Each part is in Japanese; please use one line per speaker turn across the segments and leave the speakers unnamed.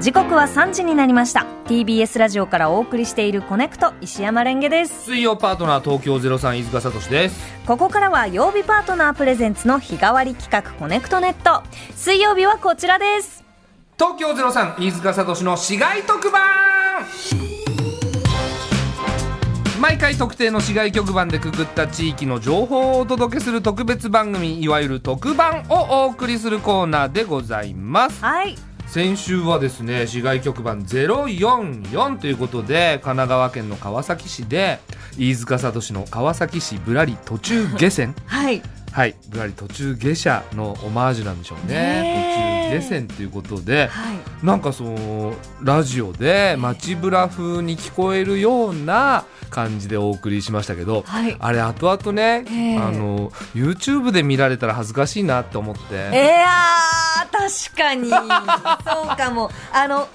時刻は3時になりました TBS ラジオからお送りしているコネクト石山レンゲです
水曜パートナー東京ゼロ飯塚聡です。
ここからは曜日パートナープレゼンツの日替わり企画コネクトネット水曜日はこちらです
東京ゼロ飯塚聡の市街特番。毎回特定の市街局番でくくった地域の情報をお届けする特別番組いわゆる特番をお送りするコーナーでございます
はい
先週はですね市外局番044ということで神奈川県の川崎市で飯塚聡の川崎市ぶらり途中下船
はい
はいぶらり途中下車のオマージュなんでしょう
ね
ね
え
途中下船ということで
はい
なんかそのラジオで街ブラ風に聞こえるような感じでお送りしましたけど、
はい
あれ後々ね、
ええ
あの YouTube で見られたら恥ずかしいなって思って。
いやー確か にそうかもあの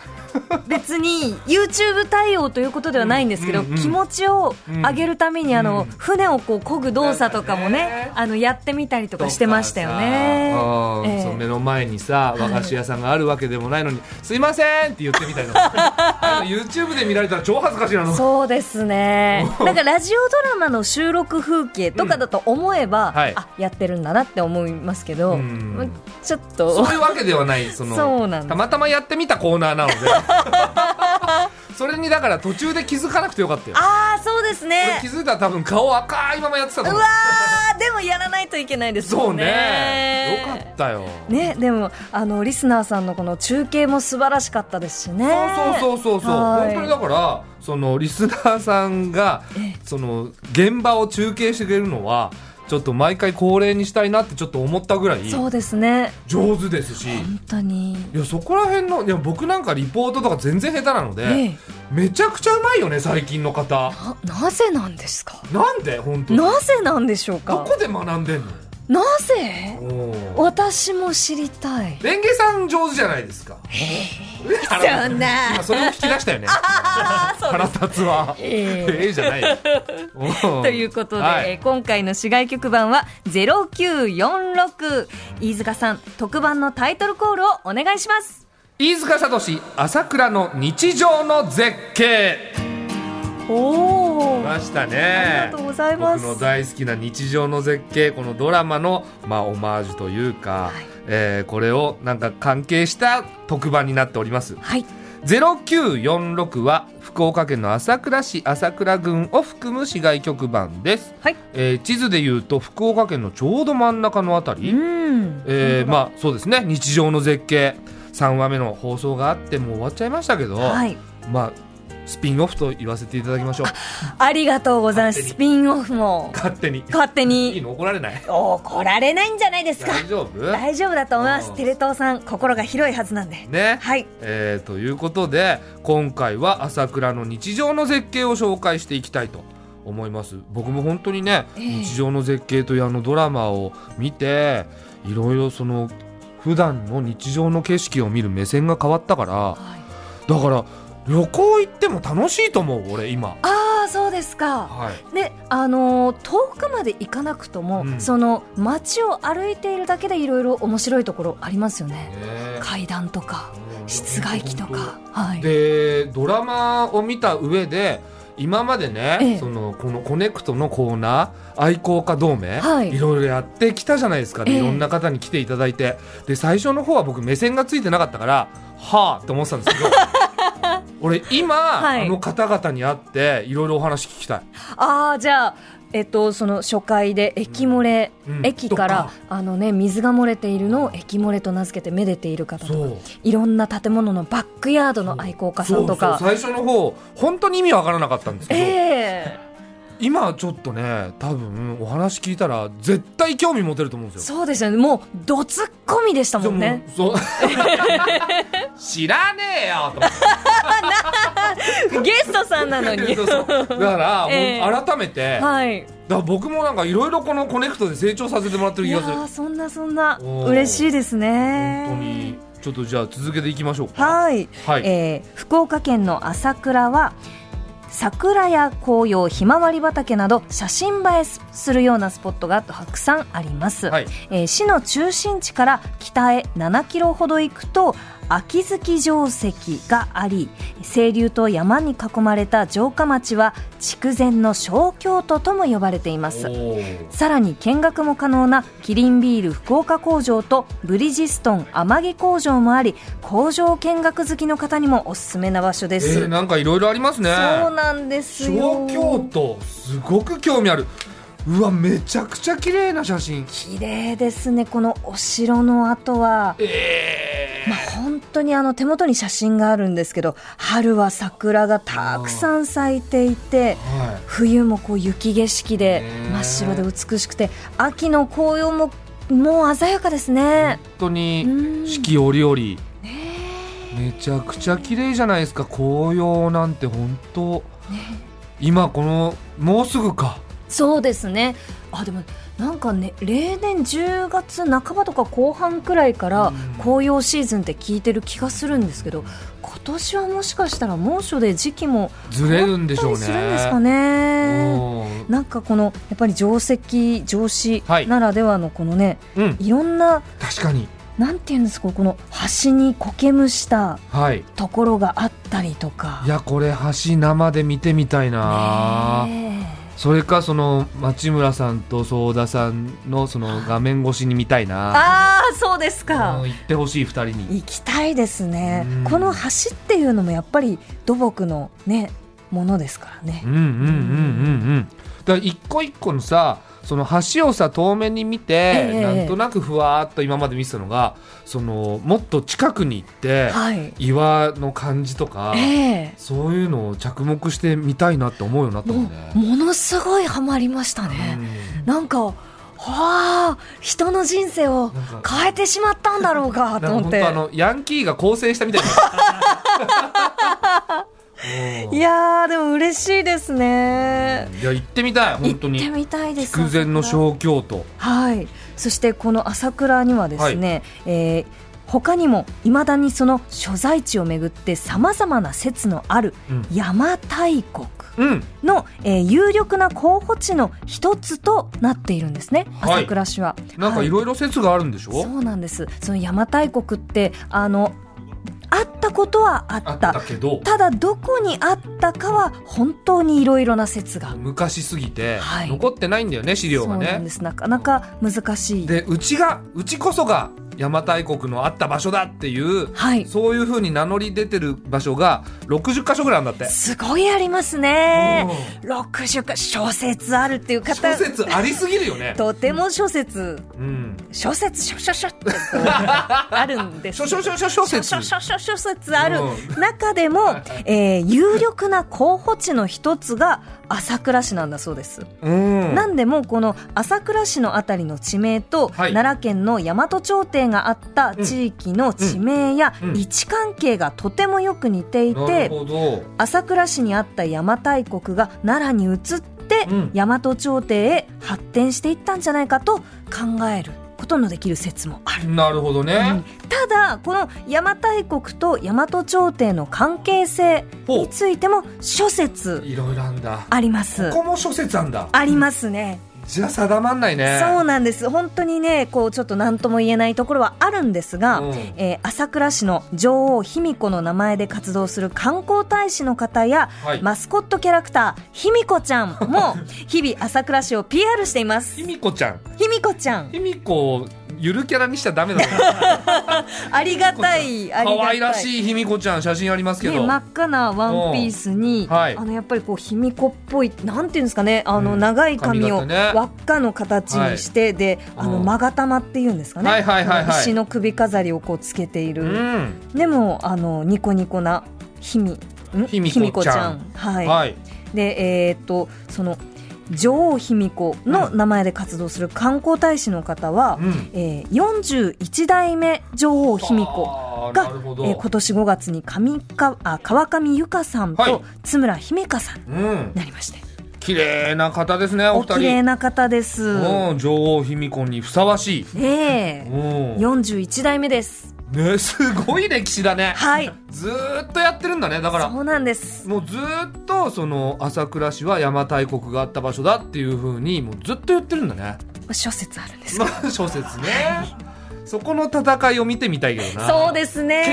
別に YouTube 対応ということではないんですけど、
うんうんうん
気持ちを上げるために、あの
うん
船をこう漕ぐ動作とかもね
なんかね
あのやってみたりとかしてましたよね
とかさうん
ええ
そう目の前にさ和菓子屋さんがあるわけでもないのに「すいません!」って言ってみた いなあの YouTube で見られたら超恥ずかしいなの
そうですねなんかラジオドラマの収録風景とかだと思えば、
んはい
あやってるんだなって思いますけど、
うん
まちょっと
そういうわけではないその
そうなんです
たまたまやってみたコーナーなの でそれにだから途中で気づかなくてよかったよ
ああそうですね
俺気づいたら多分顔赤いままやってたと
う
思
わーでもやらないといけないです
そ
も
うんね
ね
よかったよ
ねでもあのリスナーさんのこの中継も素晴らしかったですしね
そうそうそうそうそう
はい
本当にだからそのリスナーさんがその現場を中継してくれるのはちょっと毎回恒例にしたいなってちょっと思ったぐらい
そうですね
上手ですし
本当に
いやそこら辺のいや僕なんかリポートとか全然下手なので、
ええ
めちゃくちゃうまいよね最近の方
あなぜなんですか
なんで本当に
なぜなんでしょう
ど
か
こで学んでんの
なぜ
おー
私も知りた い
レンゲさん上手じゃないですか
そんな
今それを聞き出したよ ね
ああそう
腹立つは
ええ
ええじゃ ないよと
ということで、
はい
えー今回の市外局番は0946飯塚さん特番のタイトルコールをお願いします
飯塚聡朝倉の日常の絶景
おお
ましたね
ありがとうございます
僕の大好きな日常の絶景このドラマの、まあ、オマージュというか、
い
えーこれをなんか関係した特番になっております
はい
0946は福岡県の朝倉市朝倉郡を含む市街局番です、
はい
えー地図でいうと福岡県のちょうど真ん中のあたり、
うん
えーまあそうですね日常の絶景3話目の放送があってもう終わっちゃいましたけど、
はい
まあスピンオフと言わせていただきましょう
ありがとうございます。ス
勝
ピンオフも
勝手に
勝手
いい
に
の怒られない
怒られないんじゃないですか。
大丈夫
大丈夫だと思います
う。ん
テレ東さん心が広いはずなんで。
ね、
はい。
えーということで今回は朝倉の日常の絶景を紹介していきたいと思います僕も本当にね、
ええ
日常の絶景というあのドラマを見ていろいろその普段の日常の景色を見る目線が変わったからだから旅行行っても楽しいと思う俺今
ああそうですか。
はい
で、あのー遠くまで行かなくとも、
うん
その街を歩いているだけでいろいろ面白いところありますよね。階段とか室外機とか。はい。
でドラマを見た上で今までね、
ええ
そのこのコネクトのコーナー愛好家同盟、
はい
いろいろやってきたじゃないですか、で
ええ
いろんな方に来ていただいてで最初の方は僕目線がついてなかったからはあって思ってたんです けど俺今、
はい
あの方々に会っていろいろお話聞きたい。
ああじゃあえっとその初回で液漏れ、
うん
駅から
とか
あのね水が漏れているのを液漏れと名付けてめでている方とか
そう
いろんな建物のバックヤードの愛好家さんとか
そうそう最初の方本当に意味わからなかったんですけど、
え
今ちょっとね多分お話聞いたら絶対興味持てると思うんで
え
すよ。
そうですよねもうどつっこみでしたもんね
じゃあもうそう知らねえよと思っ
ゲストさんなの
て
に
そうそう だから、
ええ
ほん改めて、だか
はい
ら僕もなんかいろいろこのコネクトで成長させてもらってる
い
気
や
がする
ーそんなそんな
おー
嬉しいですね
本当にちょっとじゃあ続けていきましょうか
はい、
はい、
えー福岡県の朝倉は桜や紅葉ひまわり畑など写真映えするようなスポットがたくさんあります、
はい
えー市の中心地から北へ7キロほど行くと秋月城跡があり清流と山に囲まれた城下町は筑前の小京都とも呼ばれています
おー
さらに見学も可能なキリンビール福岡工場とブリヂストン天城工場もあり工場見学好きの方にもおすすめな場所で
え
す、
ー、なんかいろいろありますね
そうなんですよ
小京都すごく興味あるうわめちゃくちゃ綺麗な写真
綺麗ですねこのお城の跡は、
え
まあ、本当にあの手元に写真があるんですけど春は桜がたくさん咲いていて
ーはい
冬もこう雪景色で
ねえ
真っ白で美しくて秋の紅葉ももう鮮やかですね。
本当に
うん
四季折々
ね
めちゃくちゃ綺麗じゃないですか紅葉なんて本当
えね
今このもうすぐか
えそうですねあでもなんかね例年10月半ばとか後半くらいから、
うん
紅葉シーズンって聞いてる気がするんですけど今年はもしかしたら猛暑で時期も
ずれるんでし
変
ょ
わ
う
っ
ね
たりするんですかね。
うん
なんかこのやっぱり定石上司
はい
ならではのこのね、
うん
い、ろんな
確かに
なんていうんですかこの端に苔むした
はい
ところがあったりとか
い。やこれ橋生で見てみたいな、
ねえ
それかその町村さんと相田さんのその画面越しに見たいな
ああそうですか。
うん行ってほしい二人に
行きたいですね
うん
この橋っていうのもやっぱり土木のねものですからね
うんうんうんうんうんだから一個一個のさその橋をさ遠目に見て、
ええ
なんとなくふわーっと今まで見てたのがそのもっと近くに行って
はい
岩の感じとか、
ええ
そういうのを着目してみたいなって思うようになったもん
も
ね
う。ものすごいハマりましたね、なんかはあ人の人生を
うんなんか
変えてしまったんだろうか
な
と
んか
思っ
本
て
当あのヤンキーが構成したみたいな うん。
いやーでも嬉しいですね
いや行ってみたい
行
本
って
当に
みたいです
筑前の小京都
はい、そしてこの朝倉にはですね、えー他にもいまだにその所在地をめぐってさまざまな説のある
うん
邪馬台国
うん
の、えー有力な候補地の一つとなっているんですね
はい
朝倉市は。
なんかいろいろ説があるんでしょ、
はいそうなんですその邪馬台国ってあのあったことはあ
あ
っ
ったたけど
ただどこにあったかは本当にいろいろな説が。
昔すぎて
はい
残ってないんだよね資料
そ
が
うなん
ね
ですなかなか難しい。
でうちがうちこそが邪馬台国のあった場所だっていう
はい
そういうふうに名乗り出てる場所が60箇所ぐらいあるんだって
すごいありますね。60か小説あるっていう方
諸説ありすぎるよね
とても小説
うん
小説しょしょしょってこうあるんです
諸諸諸諸諸説
諸諸諸諸説ある
う
中でも、えー有力な候補地の一つが朝倉市なんだそうです、
うん
なんでもうこの朝倉市のあたりの地名と、
はい
奈良県の大和朝廷があった地域の地名や
うんうん
位置関係がとてもよく似ていて、
なるほど
朝倉市にあった邪馬台国が奈良に移って、
うん
大和朝廷へ発展していったんじゃないかと考えることのできる説もある。
なるほどね、
ただこの邪馬台国と大和朝廷の関係性
ほ
についても諸
う
説
いろいろあんだ
あります
こ。こも諸説あんだ
ありますね。
じゃあ定まんないね
そうなんです。本当にね、こうちょっと何とも言えないところはあるんですが、
うん
えー朝倉市の女王卑弥呼の名前で活動する観光大使の方や、
はい
マスコットキャラクター卑弥呼ちゃん も日々朝倉市を PR しています
ひみこちゃん
卑弥呼ちゃん
ひみこをゆるキャラにしちゃダ メだね
ありがたいありがたい
可愛ら
い
しいひみこちゃん写真ありますけ
ね、
ど、
真っ赤なワンピースに、
うんはい
あのやっぱりこう卑弥呼っぽいなんていうんですかねあの
うん
長い髪を
髪型ね
輪っかの形にして、であの
うん
勾玉っていうんですかね、
はいはいはいはい
あの牛の首飾りをこうつけていうる、
ん
でもあのニコニコな卑弥ん
卑弥呼ちゃん
卑弥はい、
はい
でえーっとその女王卑弥呼の名前で活動する観光大使の方は、
うん
えー、41代目女王卑弥呼
あー
が
なるほ
え
ど
ー今年5月に上かあ川上由香さん
は
と
い
津村姫香さんに
うん
なりまして、
綺麗な方ですねお
お
二人
綺麗な方です。
うん女王卑弥呼にふさわしい
ねえ
うん
41代目です。
ねすごい歴史だね
はい、
ずーっとやってるんだねだから
そうなんです。
もうずーっとその朝倉市は邪馬台国があった場所だっていうふうにもうずっと言ってるんだね
諸説あるんですけど
まあ小説ね。そこの戦いを見てみたいけどな
そうですね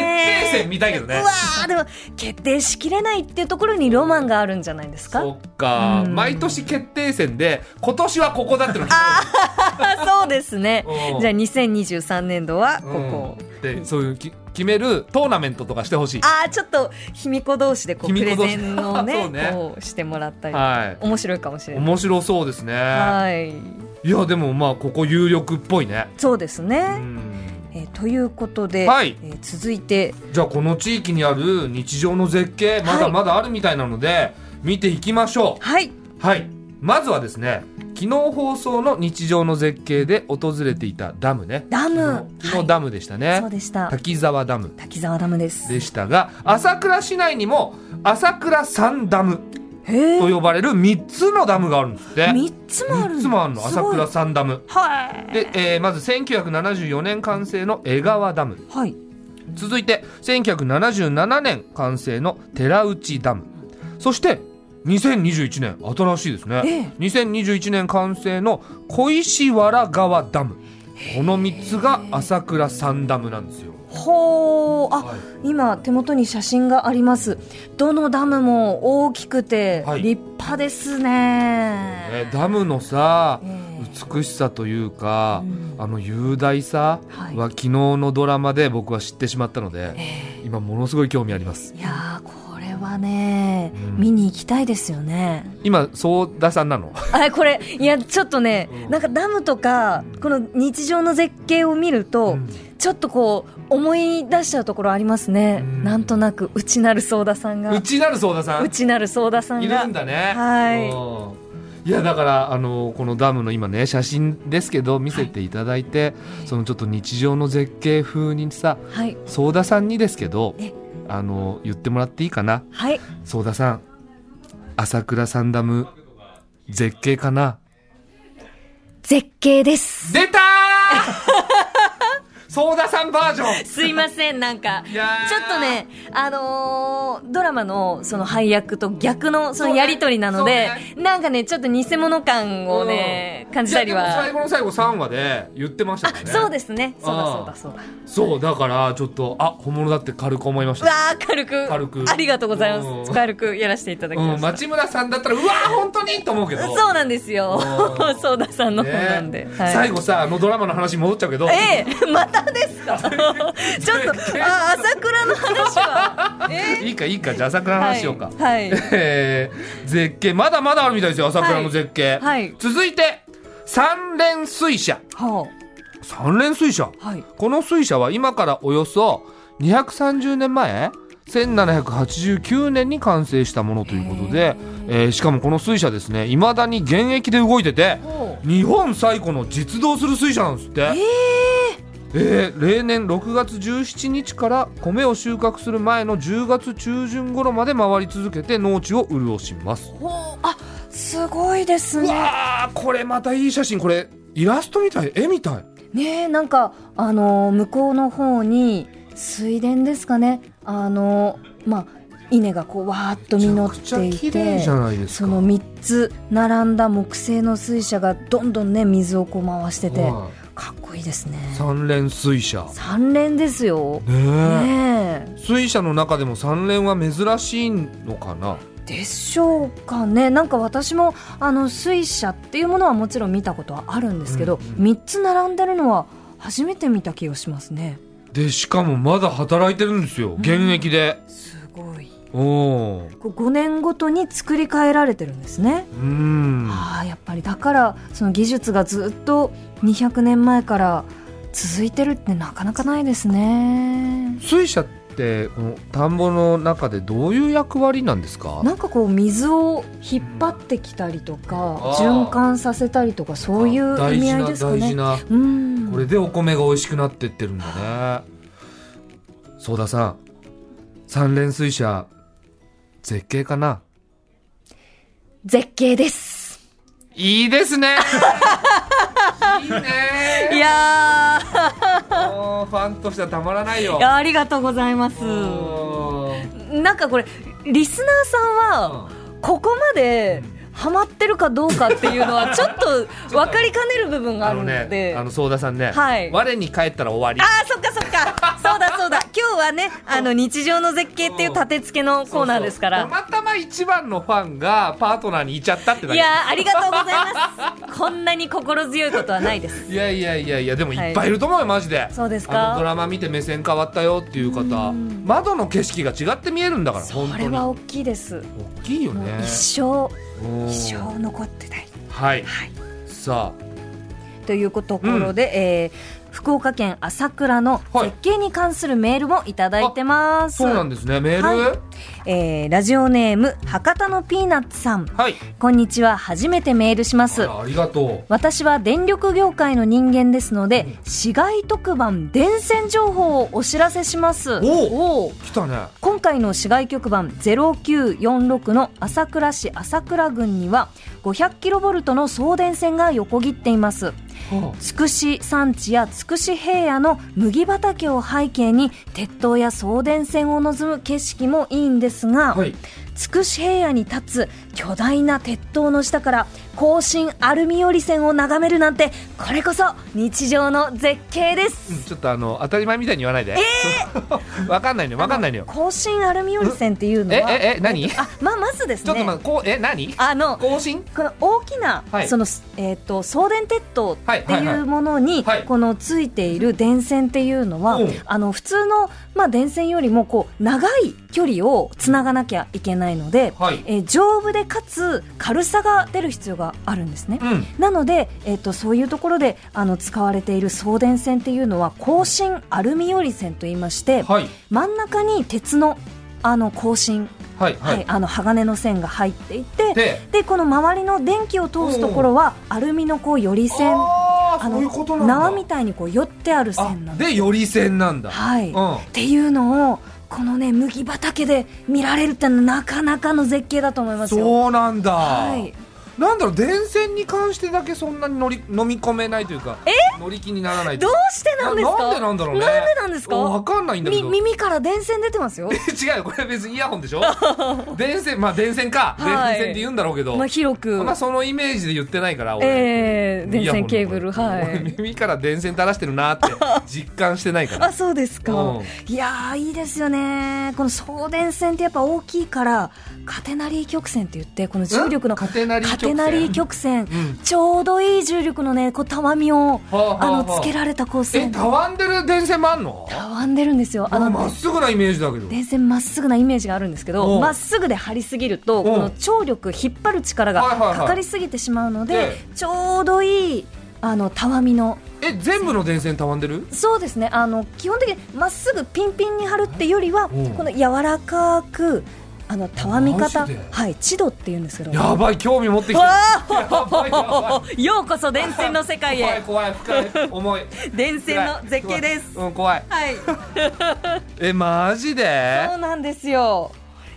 決定戦見たいけどね
うわーでも決定しきれないっていうところにロマンがあるんじゃないですか
そっか、
うん
毎年決定戦で今年はここだってのが
あそうですね
うん
じゃあ2023年度はここを、
うんでそういうき決めるトーナメントとかしてほしい
ああちょっと卑弥呼同士でこう
卑
プレ
弥呼同
ゼ
士
ンを
そ
ね
うね
こうしてもらったり、
は
面白いかもし
い
れない
面白そうですね、
はい
い、やでもまあここ有力っぽいね、
そうです
う
ね、
ん、
えーということで、
はい
えー続いて
じゃあこの地域にある日常の絶景まだまだあるみたいなので、見ていきましょう
はい
はいまずはですね昨日放送の日常の絶景で訪れていたダムね
ダム
昨日昨
は
日
い
ダムでしたね、
そうでした
滝沢ダム
滝沢ダムです
でしたが朝倉市内にも朝倉三ダム
へ
と
え
呼ばれる3つのダムがあるんですって
三つもある
三つもあるの
す
朝
ごい
倉三ダム
はい
で、えーまず1974年完成の江川ダム
はい
続いて1977年完成の寺内ダムそして2021年新しいですね、
ええ
2021年完成の小石原川ダムこの3つが朝倉三ダムなんですよ、
ほーあ、
はい
今手元に写真がありますどのダムも大きくて
はい
立派ですね、
ねダムのさ
ええ
美しさというか、
うん
あの雄大さ
はい
は昨日のドラマで僕は知ってしまったので、
え
今ものすごい興味あります
えいやーこれはね、
うん
見に行きたいですよね
今相田さんなの
あこれいやちょっとね、
うん
なんかダムとかこの日常の絶景を見ると、
うん
ちょっとこう思い出しちゃうところありますね、
うん
なんとなく内なる相田さんが
うちなる相田さん
内なる相田さんが
いるんだね
はい
うんいやだからあのこのダムの今ね写真ですけど見せていただいて、そのちょっと日常の絶景風にさ
はい
相田さんにですけど
え
あの言ってもらっていいかな
はい
相田さん朝倉サンダム絶景かな
絶景です
出たー相田さんバージョン
すいませんなんか
いやー
ちょっとね、あのードラマのその配役と逆のそ
そう
の
ね
やりとりなので、
そ
なんかね、ちょっと偽物感をね、感じたり
いやでも最
は。
後の最後3話で言ってましたから
あ、
ね
そうですね。そうだそう
あー
だそうだ。
そうだからちょっとあ本物だって軽く思いまし
うわ
た
ー、軽く。
軽く
ありがとうございま
う
す。
ん
軽くやらせていただき
う
ま
ん、
した。
町村さんだったらうわー本当にと思うけど
そうなんですよ
う。ん
そうださんの方なんで。
ね
はい
最後さあのドラマの話に戻っちゃうけど
ええ、またですかちょっと、あ、朝倉の話は。え
いいかいいかじゃあ朝
え
倉の話しようか、
はい。はい
えー絶景まだまだあるみたいですよ朝倉の絶景、
はい
続いて三連水車
は
三連水車
あはい。
この水車は今からおよそ230年前1789年に完成したものということで、えーしかもこの水車ですねいまだに現役で動いてて
ほう
日本最古の実動する水車なんですって、
え
えー例年6月17日から米を収穫する前の10月中旬頃まで回り続けて農地を潤します
え。ほうあ、すごいです
う
ね。
わーこれまたいい写真これイラストみたい絵みたい
ねえなんかあのー向こうの方に水田ですかねあのーまあ稲がこうわーっと
めち
実
ゃ
っ
くちゃ
てい
綺麗
て
じゃないです
そ
か
の3つ並んだ木製の水車がどんどんね水をこう回してて
は
かっこいいですね
い三連水車
三連ですよ
ねえ
ね
水車の中でも三連は珍しいのかな
えでしょうかねなんか私もあの水車っていうものはもちろん見たことはあるんですけど、
うんうん
三3つ並んでるのは初めて見た気がしますね
でしかもまだ働いてるんですよ現役で、
すごい
おー
こう5年ごとに作り変えられてるんですね。
うん
ああやっぱりだからその技術がずっと200年前から続いてるってなかなかないですね。
水車ってこの田んぼの中でどういう役割なんですか
なんかこう水を引っ張ってきたりとか
うん
循環させたりとかそういう意味合いですか
大事
ね。
な大事
うん
なこれでお米が美味しくなってってるんだね相田さん三連水車絶景かな
絶景です。
いいですね いいね
いやー
もうファンとしてはたまらないよ
いやありがとうございます。
うん
なんかこれリスナーさんはここまでハマってるかどうかっていうのはちょっと分かりかねる部分があるので。
あの相田さんね、
はい
我に返ったら終わり
あーそっかそっかそうだ そうだ今日はねあの日常の絶景っていう立て付けのコーナーですから
そうそうたまたま一番のファンがパートナーにいちゃったってだけ
いやーありがとうございますこんなに心強いことはないです
いやいやいやいやでも
はい
いっぱいいると思うよ、マジで
そうです
あのド
か
ラマ見て目線変わったよっていう方
うん
窓の景色が違って見えるんだから本
こ
当
れ
に
は
大
大きいです
きいよ
もう
ね
一生
うん
一生残ってたい
はい
はい
さ
というところで、えー福岡県朝倉の
はい
絶景に関するメールもいただいてま
あ
す、
そうなんですねメール
は
はい
えーラジオネーム博多のピーナッツさん
い、
こんにちは初めてメールしま
あ
す
らありがと
私は電力業界の人間ですので市街特番電線情報をお知らせします
お
お
う来たね
今回の市街局番0946の朝倉市朝倉郡には 500kV の送電線が横切っています
は
つくし山地やつくし平野の麦畑を背景に鉄塔や送電線を望む景色もいいんですが、
あはい
つくし平野に立つ巨大な鉄塔の下から甲信アルミ折線を眺めるなんてこれこそ日常の絶景で
うん
す、
ちょっとあの当たり前みたいに言わないで。 わかんないのよ、わかんないのよ。
甲信アルミ折線っていうの
え
は
ええ何？ちょっ
あまあまずですね
とまあこうえ何？
あの
更新？
この大きな、
はい
そのえっ、と送電鉄塔って
はいはい
い
は
う
い
ものに、
はい
このついている電線っていうのは、
うん
あの普通のまあ電線よりもこう長い距離をつながなきゃいけないので、
はい。
えー丈夫でかつ軽さが出る必要があるんですね。
うん。
なので、えっとそういうところであの使われている送電線っていうのは更新アルミ折り線といいまして、
はい
真ん中に鉄のあの更新、
はい
は
はいい。
あの鋼の線が入っていて
で、
でこの周りの電気を通すところはアルミのこうより線
ああ
あ
そういうことな
の
んだ。
縄みたいにこう寄ってある線な
あ
んです
でより線なんだ。
はい、
う
っ
ん。
ていうのをこのね麦畑で見られるってのはなかなかの絶景だと思いますよ。
そうなんだ、
はい、
なんだろう電線に関してだけそんなに乗り飲み込めないというか乗り気にならないと
ど
いう
してなんです
な
か
なんでなんだろうね
なんでなんです
わ
か
かんないんだけ
み
ど
耳から電線出てますよ
違うよこれ別にイヤホンでし ょ電線まあ電線か、
はい
電線って言うんだろうけど、
まあ広く、
まあそのイメージで言ってないから俺、
えー、電線ケーブル
イヤホン
は
の 声
い
俺耳から電線垂らしてるなって 実感してないから
あそうですか、
うん
いやーいいですよねこの送電線ってやっぱ大きいからカテナリー曲線って言ってこの重力の
カテナリー
カ
曲
テ
線
ナリー曲線、
うん
ちょうどいい重力のねこうたわみを
はあは
あ
あは
の
あ
つけられた構
え
線
たわんでる電線もあんの
たわんでるんですよあ
ま
の
あまっすぐなイメージだけど
電線まっすぐなイメージがあるんですけど
うん
まっすぐで張りすぎるとこの張力引っ張る力が
はいはいはい
かかりすぎてしまうので、
え
ちょうどいいあのたわみの
え全部の電線たわんでる
そうですねあの基本的にまっすぐピンピンに張るってよりは
うん
この柔らかくあのたわみ方
マジで
はいチドって言うんですけど
やばい興味持ってきてる
わ
やばいやば
ーようこそ電線の世
い
界
怖い
へ
怖い深 い重い
電線の絶景です
怖いうん怖い
はいそ
えマジで
うなんですよ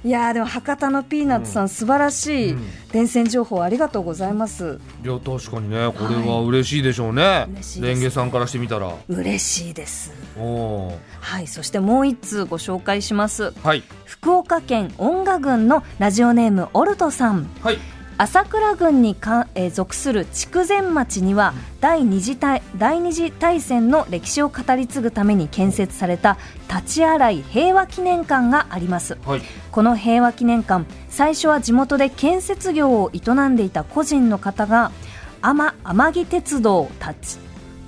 いやーでも博多のピーナッツさん、素晴らしい
うん
電線情報ありがとうございます
いや確かにねこれは嬉しいでしょうね、
嬉しいで
レ
す
ンゲさんからしてみたら
嬉しいです
おお
はいそしてもう一通ご紹介します
ーはい
福岡県音賀郡のラジオネームオルトさん
はい
朝倉郡にか、えー属する筑前町には第二次大第二次大戦の歴史を語り継ぐために建設された立荒井平和記念館があります
はい
この平和記念館最初は地元で建設業を営んでいた個人の方が天天城鉄道立ち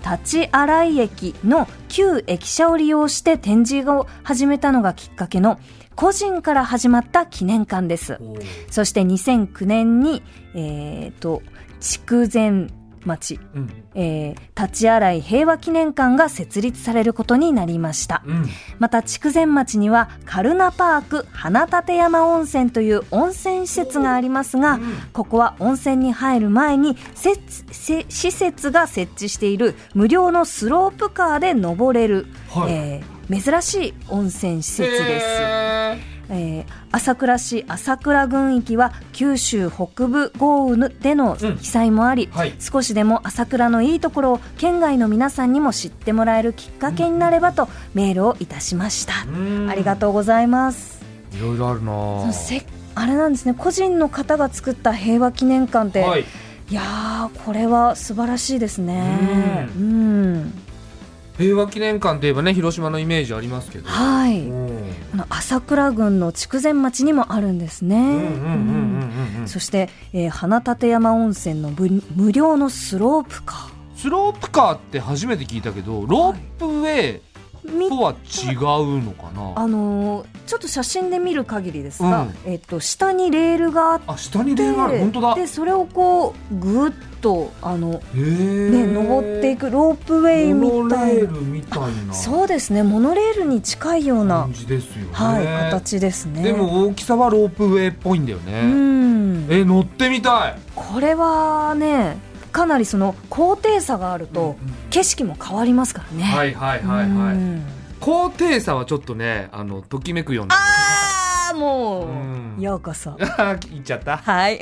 立ち洗い駅の旧駅舎を利用して展示を始めたのがきっかけの個人から始まった記念館です
おー
そして2009年に、えー、と筑前町、
うん
えー、立ち洗い平和記念館が設立されることになりました
うん
また筑前町にはカルナパーク花立山温泉という温泉施設がありますが、ここは温泉に入る前にせつせ施設が設置している無料のスロープカーで登れる、
はい
えー珍しい温泉施設です。
へ
えー朝倉市朝倉郡域は九州北部豪雨での
うん
被災もあり、
はい
少しでも朝倉のいいところを県外の皆さんにも知ってもらえるきっかけになればとメールをいたしました
ーう、ん
ありがとうございます
いろいろあるな
その設あれなんですね個人の方が作った平和記念館って、、
はいい、
やーこれは素晴らしいですね。
う
うん
平和記念館といえばね広島のイメージありますけど、
はい、
うん
この朝倉郡の筑前町にもあるんですね。
うんうんうんうんうんうん
そして、えー花立山温泉の無無料のスロープカ
スロープカーって初めて聞いたけどロープウェイ
ーみ
とは違うのかな
あのーちょっと写真で見る限りですが、
うん
えっと下にレールがあっ
あ下にレールがある
て
本当だへ
でそれをこうぐっとあの、
え
ね、登っていくロープウェイみ
モノ
たい
レー
な
ルみたいな
そうですねモノレールに近いような
感、じですよね、
はい、形ですね。
でも大きさはロープウェイっぽいんだよ
う
ね、
ん
え乗ってみたい
これはねかなりその高低差があると、
うんうん
景色も変わりますからね。
はいはいはいはい、
うん
高低差はちょっとねあのときめくような
あーも
うん
う ようこそ。
あー言っちゃった
はい。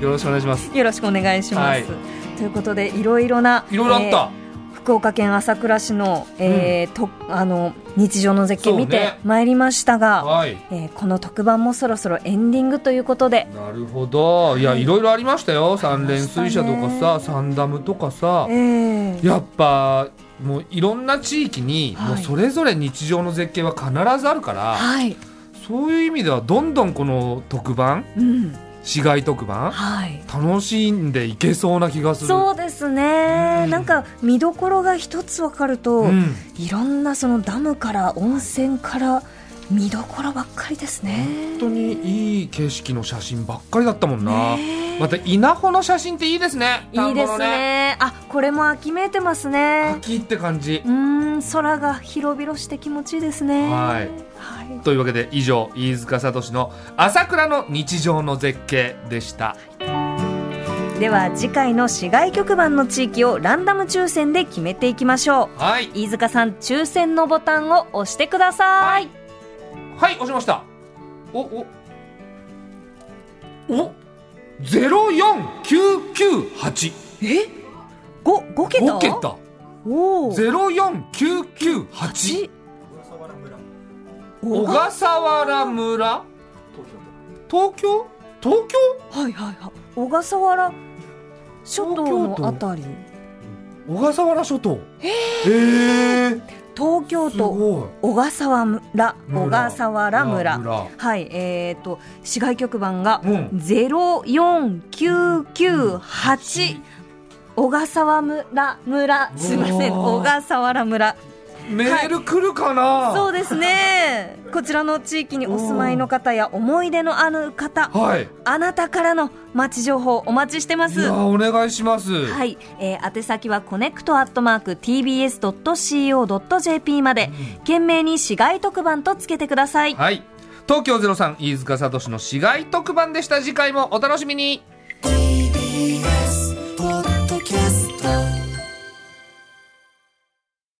よろしくお願いします
よろしくお願いします。
はい
ということでいろいろない
ろいろあっ
えー
た、
福岡県朝倉市の、えーとあの日常の絶景見
そう
て
ね
まいりましたが、
はい
えーこの特番もそろそろエンディングということで
なるほどいや、
はい
いろいろありましたよ三
あ
連水
りました
車と
ね
かさサンダムとかさ
えー
やっぱもういろんな地域に、
はい
もうそれぞれ日常の絶景は必ずあるから
はい、
そういう意味ではどんどんこの特番
うん、
市街特番
はい。
楽しんでいけそうな気がする
そうですね、
うん
なんか見どころが一つ分かると、
うん、
いろんなそのダムから温泉から見どころばっかりですね。
本当にいい景色の写真ばっかりだったもんな、
ねえ
また稲穂の写真っていいですね
いいで
田んぼの
すね。あ、これも秋めいてますね。
秋って感じ
うーん、空が広々して気持ちいいですね。は
はい
い。
というわけで以上飯塚聡の「朝倉の日常の絶景」でした
では次回の市外局番の地域をランダム抽選で決めていきましょう。
はい
飯塚さん、抽選のボタンを押してください。
はい押しましたおおお04998
え五五桁
5桁
おお。
04998
ち
小笠原村東京東京
はいはいはい。小笠原諸島のあたり。
小笠原諸島えー、
東京
す
都
ごい
小笠原村
村
小笠原村はいえー、と市外局番が
うん
04998小笠原村村すいません
うわー
小笠原村
メール来るかな、
そうですねこちらの地域にお住まいの方や思い出のある方
はい
あなたからの街情報お待ちしてま
い
す
やお願いします
はいい、えー、宛先はコネクトアットマーク tbs.co.jp まで、懸命に市街特番とつけてください。
はい。東京ゼロさん飯塚聡の市街特番でした。次回もお楽しみに。
TBS